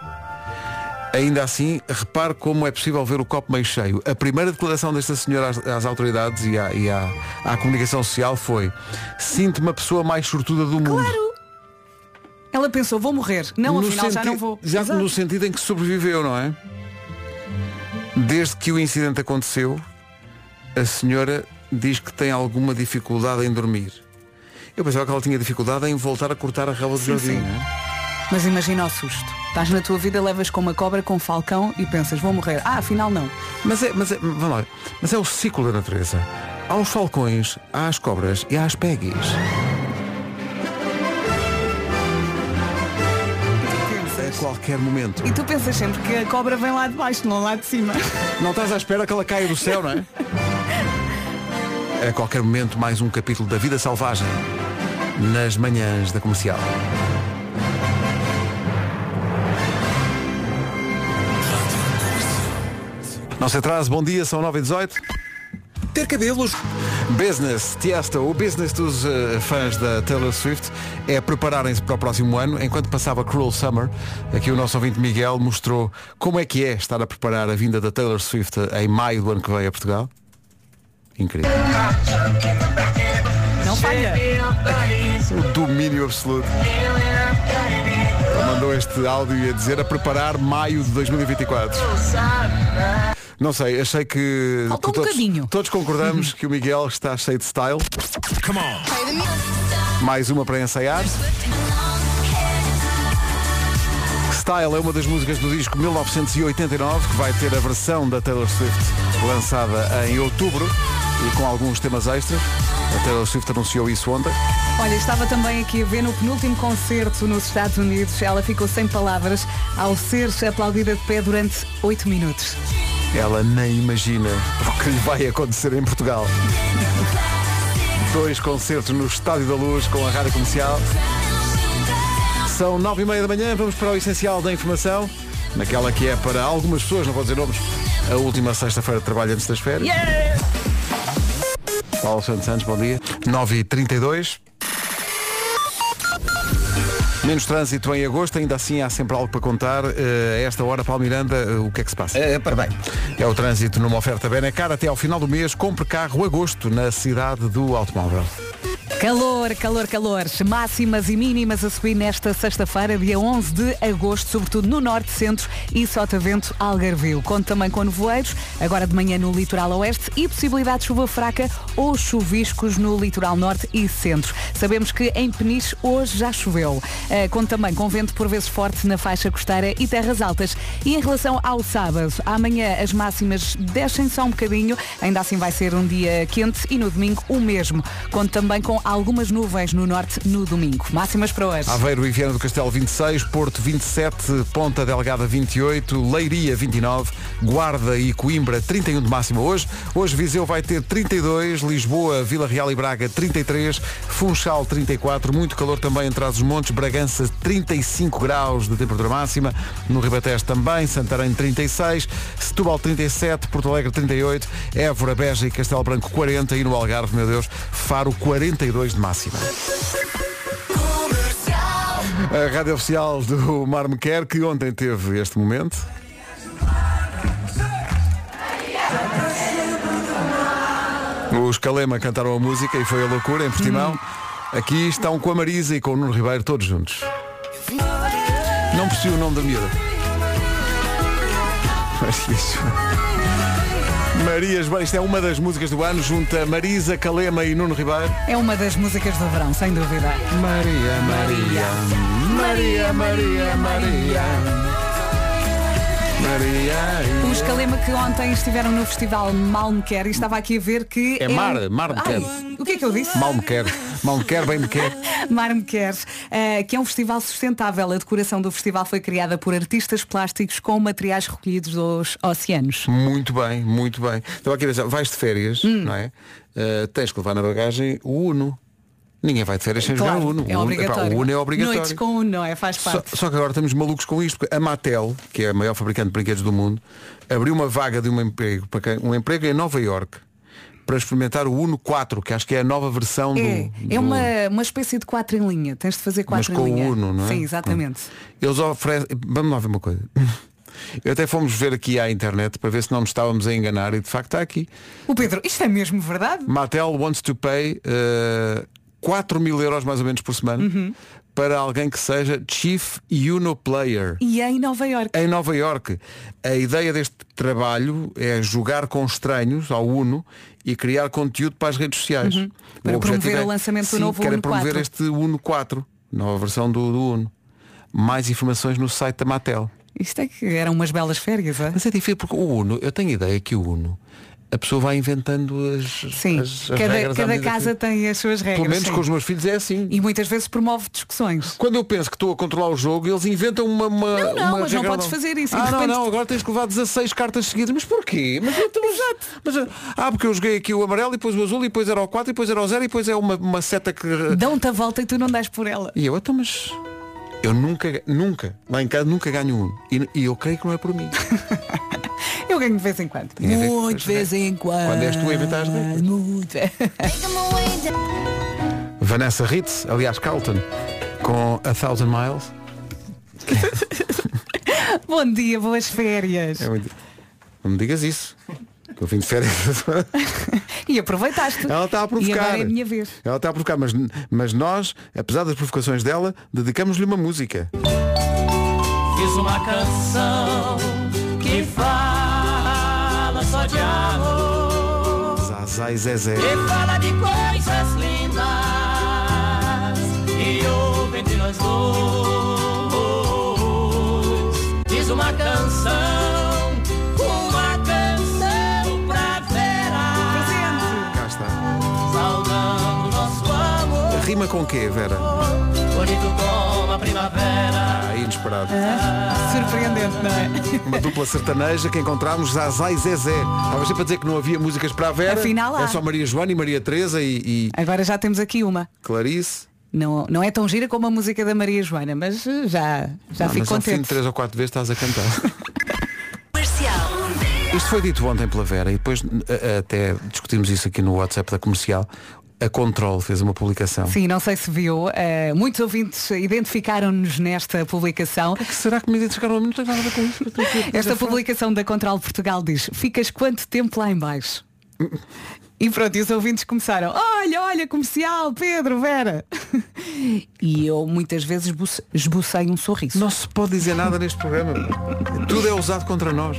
Ainda assim, repare como é possível ver o copo meio cheio. A primeira declaração desta senhora às, às autoridades e, à, e à, à comunicação social foi Sinto-me a pessoa mais sortuda do mundo.
Claro! Ela pensou, vou morrer. Não,
No
afinal já
senti-
não vou.
já
Exato.
no sentido em que sobreviveu, não é? Desde que o incidente aconteceu, a senhora diz que tem alguma dificuldade em dormir. Eu pensava que ela tinha dificuldade em voltar a cortar a relva do jardim. não é?
Mas imagina o susto. Estás na tua vida, levas com uma cobra, com um falcão e pensas, vou morrer. Ah, afinal não.
Mas é, mas é, vamos lá, mas é o ciclo da natureza. Há os falcões, há as cobras e há as pegues. A qualquer momento.
E tu pensas sempre que a cobra vem lá de baixo, não lá de cima.
Não estás à espera que ela caia do céu, não é? A qualquer momento, mais um capítulo da vida selvagem nas manhãs da comercial. Não se atrase, bom dia, são 9 e 18 Ter cabelos. Business, Tiesto, o business dos eh, fãs da Taylor Swift é prepararem-se para o próximo ano. Enquanto passava Cruel Summer, aqui o nosso ouvinte Miguel mostrou como é que é estar a preparar a vinda da Taylor Swift em maio do ano que vem a Portugal. Incrível.
Não falha.
O domínio absoluto. Ele mandou este áudio a dizer a preparar maio de 2024. Não sei, achei que
Faltou um
todos,
bocadinho. Uhum.
todos concordamos que o Miguel está cheio de style. Come on. Mais uma para ensaiar. Style é uma das músicas do disco 1989, que vai ter a versão da Taylor Swift lançada em outubro e com alguns temas extras. A Taylor Swift anunciou isso ontem.
Olha, estava também aqui a ver no penúltimo concerto nos Estados Unidos. Ela ficou sem palavras ao ser aplaudida de pé durante 8 minutos.
Ela nem imagina o que lhe vai acontecer em Portugal. Dois concertos no Estádio da Luz com a Rádio Comercial. São nove e meia da manhã, vamos para o essencial da informação, naquela que é para algumas pessoas, não vou dizer nomes, a última sexta-feira de trabalho antes das férias. Paulo Santos Santos, bom dia. 9h32. Menos trânsito em agosto, ainda assim há sempre algo para contar. Eh, a esta hora, Paulo Miranda, eh, o que é que se passa? para bem. É o trânsito numa oferta Benacar até ao final do mês. Compre carro agosto na cidade do automóvel.
Calor, calor, calor. Máximas e mínimas a subir nesta sexta-feira, dia 11 de agosto, sobretudo no norte, centro e sotavento Algarvio. Conto também com nevoeiros, agora de manhã no litoral oeste e possibilidade de chuva fraca ou chuviscos no litoral norte e centro. Sabemos que em Peniche hoje já choveu. Eh, Conto também com vento por vezes forte na faixa costeira e terras altas. E em relação ao sábado, amanhã as máximas descem só um bocadinho, ainda assim vai ser um dia quente e no domingo o mesmo. Conto também com algumas nuvens no norte no domingo. Máximas para hoje.
Aveiro e Viana do Castelo 26, Porto 27, Ponta Delgada 28, Leiria 29, Guarda e Coimbra 31 de máxima hoje. Hoje Viseu vai ter 32, Lisboa, Vila Real e Braga 33, Funchal 34, muito calor também em Trás-os-Montes, Bragança 35 graus de temperatura máxima, no Ribatejo também, Santarém 36, Setúbal 37, Porto Alegre 38, Évora, Beja e Castelo Branco 40 e no Algarve, meu Deus, Faro 42 de máxima. A rádio oficial do Mar Me Quer, que ontem teve este momento. Os Calema cantaram a música e foi a loucura em Portimão. Aqui estão com a Marisa e com o Nuno Ribeiro, todos juntos. Não percebi o nome da miúda. Mas isso. Marias, bem, isto é uma das músicas do ano, junta Marisa, Calema e Nuno Ribeiro.
É uma das músicas do verão, sem dúvida.
Maria, Maria, Maria, Maria, Maria. Maria.
Os Calema que ontem estiveram no festival Mal Me Quer e estava aqui a ver que.
É
um-
Mar, Mar Me Quer.
Ai, O que é que eu disse?
Mal me quer, mal me quer, bem me quer.
Mar Me Quer, eh, que é um festival sustentável. A decoração do festival foi criada por artistas plásticos com materiais recolhidos dos oceanos.
Muito bem, muito bem. Estava aqui a pensar, vais de férias,
Hum.
não é? Uh, tens que levar na bagagem o Uno. Ninguém vai de férias sem
Claro,
jogar Uno.
é
o Uno,
obrigatório.
epá, o Uno é obrigatório.
Noites com Uno, não é? Faz
Só,
parte.
só que agora estamos malucos com isto, porque a Mattel, que é a maior fabricante de brinquedos do mundo, abriu uma vaga de um emprego, para quem- um emprego em Nova York para experimentar o Uno 4, que acho que é a nova versão do-
É,
do.
é uma, uma espécie de quatro em linha. Tens de fazer
Mas
quatro
com
em linha.
o Uno, não é?
Sim, exatamente.
Eles oferecem. Vamos lá ver uma coisa. Eu até fomos ver aqui à internet para ver se não nos estávamos a enganar e de facto está aqui.
O Pedro, isto é mesmo verdade?
Mattel wants to pay eh, 4 mil euros mais ou menos por semana
Uhum.
para alguém que seja Chief Uno Player.
E é em Nova Iorque.
Em Nova Iorque, a ideia deste trabalho é jogar com estranhos ao Uno e criar conteúdo para as redes sociais.
Uhum. Para
objetivo é
promover o lançamento do
Sim,
novo
querem
Uno
promover
4.
este Uno 4, nova versão do, do Uno. Mais informações no site da Mattel.
Isto é que eram umas belas férias, é?
Mas é difícil porque o Uno, eu tenho ideia que o Uno, a pessoa vai inventando as, Sim, as, as
Cada,
regras à
cada
medida que-
casa tem as suas regras.
Pelo menos
sim.
com os meus filhos é assim.
E muitas vezes promove discussões.
Quando eu penso que estou a controlar o jogo, eles inventam uma. uma
Não, não,
uma
mas não
regra
podes
nova.
fazer isso. E
Ah,
de
não,
repente-
não, agora tens que levar 16 cartas seguidas. Mas porquê? Mas, eu- mas, mas, ah, porque eu joguei aqui o amarelo e depois o azul e depois era o 4 e depois era o 0 e depois é uma, uma seta que.
Dão-te a volta e tu não dás por ela.
E eu, então, mas. Eu nunca, nunca, lá em casa nunca ganho um. E, e eu creio que não é por mim.
Eu ganho de vez em quando.
Tem a ver com
Muito de
as
vez em quando.
é. Quando és tu é a inventar as regras.
Muito.
Vanessa Ritz, aliás Carlton, com A Thousand Miles.
Bom dia, boas férias.
É muito- Não me digas isso. Que eu vim de férias.
E aproveitaste.
Ela está a provocar.
E agora é a minha vez.
Ela está a provocar, mas, mas nós, apesar das provocações dela, dedicamos-lhe uma música.
Fiz uma canção que fala só de amor.
Zazai Zezé.
Que fala de coisas lindas que houve entre nós dois. Fiz uma canção, uma canção pra Vera.
Cá está.
Saudando nosso amor,
Rima com quê, Vera?
bonito como a primavera.
Ah, inesperado.
Surpreendente, não é?
Uma dupla sertaneja que encontramos Zazai Zezé. Estava sempre a dizer que não havia músicas para a Vera.
Afinal, há.
é só Maria Joana e Maria Teresa e, e
Agora já temos aqui uma.
Clarice.
Não, não é tão gira como a música da Maria Joana, mas eh, já, já
Não, Ah, mas
fico
ao fim de
contente.
três ou quatro vezes estás a cantar.
Comercial.
Isto foi dito ontem pela Vera e depois a- a- até discutimos isso aqui no WhatsApp da comercial. A Control fez uma publicação.
Sim, não sei se viu. eh, muitos ouvintes identificaram-nos nesta publicação.
Será que me identificaram? Não tem nada a ver com isso.
Esta publicação da Control Portugal diz Ficas quanto tempo lá em baixo? E pronto, e os ouvintes começaram Olha, olha, comercial, Pedro, Vera E eu muitas vezes esboce- esbocei um sorriso
Não se pode dizer nada neste programa. Tudo é usado contra nós.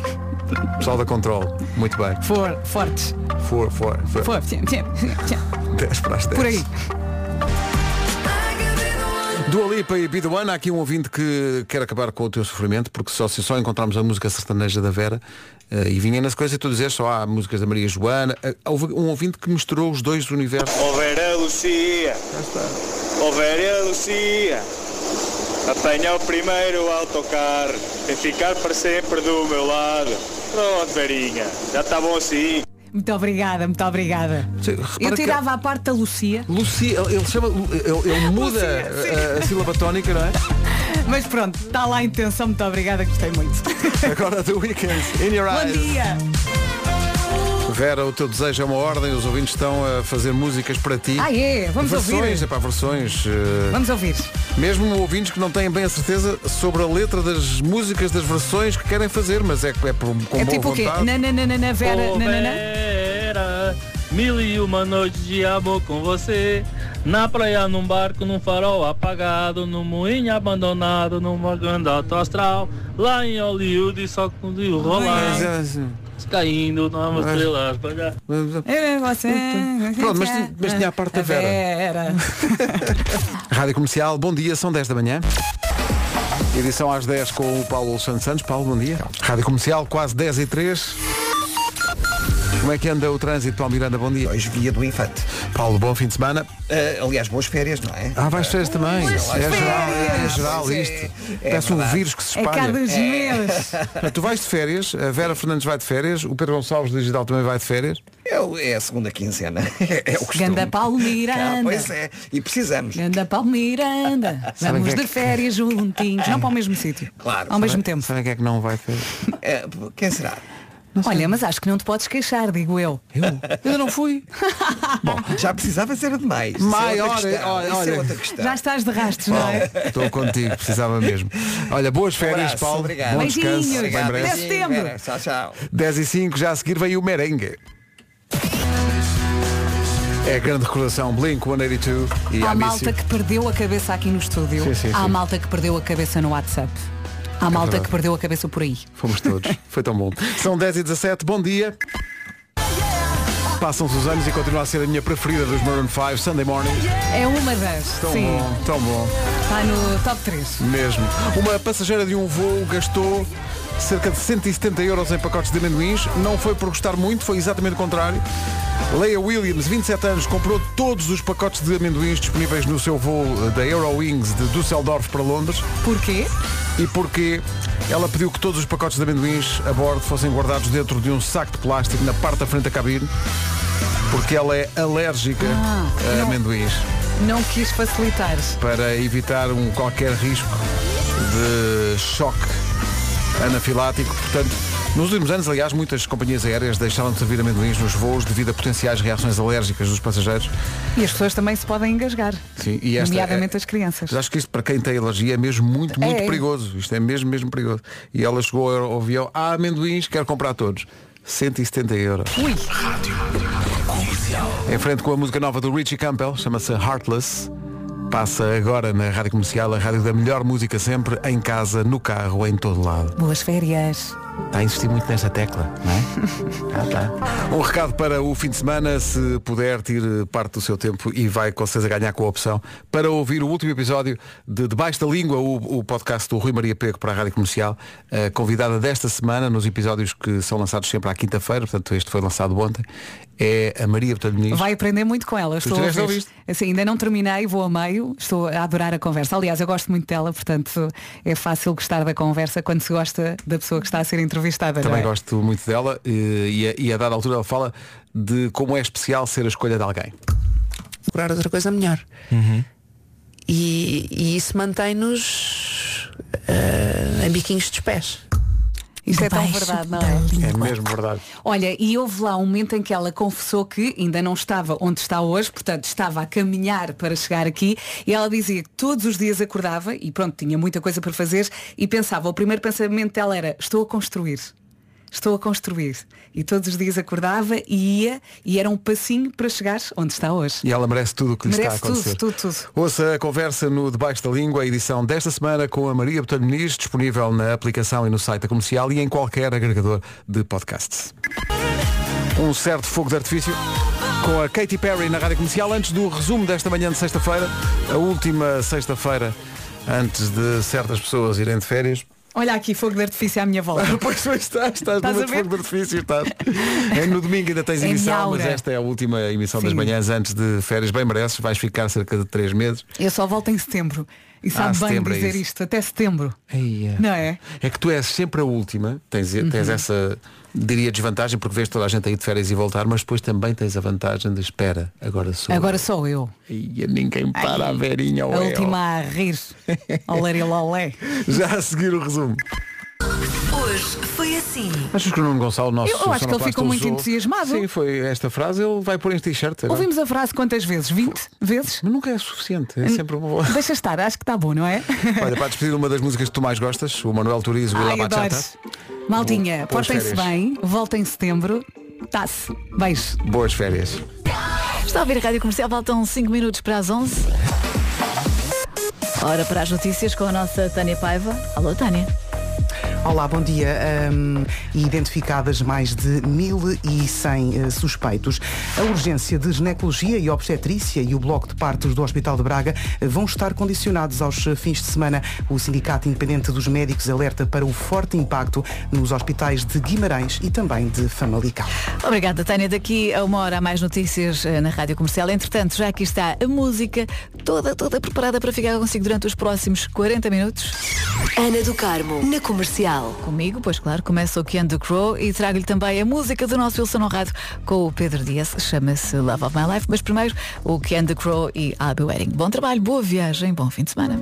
Pessoal da Control, muito bem.
For, fortes
For, for, for.
For, tchim, tchim, tchim.
10 para as 10.
Por aí
Dua Lipa e Be The One, há aqui um ouvinte que quer acabar com o teu sofrimento, porque só se só encontrarmos a música sertaneja da Vera eh, e vinha nas coisas e tu dizes só há músicas da Maria Joana. Eh, Houve um ouvinte que misturou os dois universos.
Ó Vera Lucia, ó Vera Lucia, apanha o primeiro autocarro, vem ficar para sempre do meu lado. Pronto, Verinha, já está bom assim.
Muito obrigada, muito obrigada Eu tirava a parte da Lucia
Lucia, ele ele chama, ele, ele muda eh, a sílaba tónica, não é?
Mas pronto, está lá a intenção, muito obrigada, gostei muito
Agora The Weeknd, In Your
Bom
Eyes.
dia
Vera, o teu desejo é uma ordem, os ouvintes estão a fazer músicas para ti.
Ah é, vamos
versões,
ouvir
é para versões. eh,
Vamos ouvir
Mesmo ouvintes que não têm bem a certeza sobre a letra das músicas, das versões que querem fazer, mas é, é por- com
É
boa
tipo o quê?
vontade.
Nananana, Vera,
Ô,
nananã
Vera, mil e uma noites de amor com você. Na praia, num barco, num farol apagado, num moinho abandonado, numa grande alto astral. Lá em Hollywood, só com o rio rolar. Caindo, numa estrela.
Era você.
Pronto, mas tinha- mas tinha a parte da Vera.
Vera.
Rádio Comercial, bom dia, são 10 da manhã. Edição às 10 com o Paulo Santos Santos. Paulo, bom dia. Rádio Comercial, quase 10 e 3. Como é que anda o trânsito, Paulo Miranda? Bom dia.
Dois via do Infante.
Paulo, bom fim de semana.
Ah, aliás, boas férias, não é?
Ah, vais férias também. É
Boas
geral, é
férias.
geral
Pois é,
isto.
é
Parece um
verdade.
vírus que se
É
espalha.
cada uns
É.
meses.
Tu vais de férias, a Vera Fernandes vai de férias, o Pedro Gonçalves Digital também vai de férias.
É, o- é a segunda quinzena. É, o costume.
Ganda Paulo Miranda.
Ah, pois é. E precisamos.
Ganda Paulo Miranda.
Sabe
Vamos
que é
de
que-
férias juntinhos. Não para o mesmo sítio.
Claro.
Ao mesmo
Sabe-
tempo.
Será que é que não vai de férias?
É, Eh, quem será?
Olha, mas acho que não te podes queixar, digo eu.
Eu? Ainda não fui.
Bom, já precisava ser demais. Isso é
Mai,
outra
olha,
questão.
olha,
Isso é
olha.
outra questão.
Já estás de rastos, não é?
Paulo, Estou contigo, precisava mesmo. Olha, boas férias,
Um abraço,
Paulo.
obrigado.
Bom descanso.
Beijinhos.
Bem breve.
Até setembro.
Vera, Tchau, tchau.
10 e 5, já a seguir vem o merengue. É a grande recordação, Blink 182 e
Há
a
malta que perdeu a cabeça aqui no estúdio.
Sim, sim,
Há
sim. É
malta que perdeu a cabeça no WhatsApp. Há malta
verdade.
que perdeu a cabeça por aí.
Fomos todos. Foi tão bom. São 10 e 17 bom dia. Passam-se os anos e continua a ser a minha preferida dos Maroon 5, Sunday Morning.
É uma das.
Tão
Sim.
bom, tão bom,
Está no top 3.
mesmo. Uma passageira de um voo gastou cerca de 170 euros em pacotes de amendoins. Não foi por gostar muito, foi exatamente o contrário. Leia Williams, 27 anos, comprou todos os pacotes de amendoins disponíveis no seu voo da Eurowings de Düsseldorf para Londres.
Porquê?
e porque ela pediu que todos os pacotes de amendoins a bordo fossem guardados dentro de um saco de plástico na parte da frente da cabine, porque ela é alérgica
Ah,
a
não.
amendoins,
Não quis facilitar.
para evitar um qualquer risco de choque anafilático. Portanto, nos últimos anos, aliás, muitas companhias aéreas deixaram de servir amendoins nos voos devido a potenciais reações alérgicas dos passageiros.
E as pessoas também se podem engasgar.
Sim, e esta
nomeadamente
é-
as crianças.
Mas acho que isto para quem tem alergia é mesmo muito, muito
É.
perigoso. Isto é mesmo, mesmo perigoso. E ela chegou ao avião, ah, amendoins, quero comprar todos. 170 euros.
Ui.
Em frente com a música nova do Richie Campbell, chama-se Heartless. Passa agora na Rádio Comercial, a rádio da melhor música sempre, em casa, no carro, em todo lado.
Boas férias.
Está a insistir muito nesta tecla, não é? Ah, tá. Um recado para o fim de semana, se puder, tire parte do seu tempo e vai com certeza ganhar com a opção para ouvir o último episódio de Debaixo da Língua, o, o podcast do Rui Maria Pego para a Rádio Comercial, eh, convidada desta semana, nos episódios que são lançados sempre à quinta-feira, portanto este foi lançado ontem, é a Maria Botelho Muniz.
Vai aprender muito com ela. Estou a
tiveste a
ouvir.
ouvir-te.
Assim, ainda não terminei, vou a meio. Estou a adorar a conversa. Aliás, eu gosto muito dela, portanto é fácil gostar da conversa quando se gosta da pessoa que está a ser entrevistada.
Também
não é?
gosto muito dela eh, e, a- e a dada altura ela fala de como é especial ser a escolha de alguém.
procurar outra coisa melhor. E, e isso mantém-nos eh, em biquinhos dos pés.
Isto é tão verdade, não é?
É mesmo verdade.
Olha, e houve lá um momento em que ela confessou que ainda não estava onde está hoje, portanto estava a caminhar para chegar aqui, e ela dizia que todos os dias acordava, e pronto, tinha muita coisa para fazer, e pensava, o primeiro pensamento dela era, estou a construir. Estou a construir. E todos os dias acordava e ia, e era um passinho para chegar onde está hoje.
E ela merece tudo o que lhe
Merece
está a acontecer.
tudo, tudo, tudo.
Ouça a conversa no Debaixo da Língua, a edição desta semana com a Maria Botelho Muniz, disponível na aplicação e no site da comercial e em qualquer agregador de podcasts. Um certo fogo de artifício com a Katy Perry na rádio comercial antes do resumo desta manhã de sexta-feira, a última sexta-feira antes de certas pessoas irem de férias.
Olha aqui, fogo de artifício à minha volta.
pois, pois estás, estás
Estás a
numa de
ver?
fogo de artifício, estás. É no domingo ainda tens
É
emissão,
minha
mas
aura.
esta é a última emissão das
Sim.
manhãs antes de férias. Bem mereces, vais ficar cerca de três meses.
Eu só volto em setembro. E
Ah,
sabe bem
setembro é
dizer
isso.
isto, até setembro.
Eia.
Não é?
É que tu és sempre a última, tens, tens
Uhum.
essa, diria, desvantagem, porque vês toda a gente aí de férias e voltar, mas depois também tens a vantagem de espera, agora sou.
Agora sou eu.
Eia, ninguém para a verinha ou
A última a rir. Olarilolé.
Já a seguir o resumo.
Hoje foi assim.
Achas que o Nuno Gonçalo, nosso
Eu- eu acho que ele
sonoplasta,
ficou muito
usou-
entusiasmado.
Sim, foi esta frase, ele vai pôr em t-shirt agora.
Ouvimos a frase quantas vezes? 20 vezes?
Mas nunca é suficiente, é sempre uma boa.
Deixa estar, acho que está bom, não é?
Olha, para despedir uma das músicas que tu mais gostas, o Manuel Turizo e La
Ai, adoro.
Bachata.
Maldinha,
Boas
portem-se
férias.
bem, volta em setembro. Tá-se. Beijo.
Boas férias.
Está a ouvir a Rádio Comercial, faltam 5 minutos para as 11. Hora para as notícias com a nossa Tânia Paiva. Alô, Tânia.
Olá, bom dia. Ahm, E identificadas mais de 1.100 eh, suspeitos. A urgência de ginecologia e obstetrícia e o bloco de partos do Hospital de Braga eh, vão estar condicionados aos eh, fins de semana. O Sindicato Independente dos Médicos alerta para o forte impacto nos hospitais de Guimarães e também de Famalicão.
Obrigada, Tânia. Daqui a uma hora há mais notícias eh, na Rádio Comercial. Entretanto, já aqui está a música toda, toda preparada para ficar consigo durante os próximos 40 minutos. Ana do Carmo, na Comercial. Comigo, pois claro, começa o Kian The Crow e trago-lhe também a música do nosso Wilson Honrado com o Pedro Dias. Chama-se Love of My Life, mas primeiro o Kian The Crow e I'll Be Waiting. Bom trabalho, boa viagem, bom fim de semana.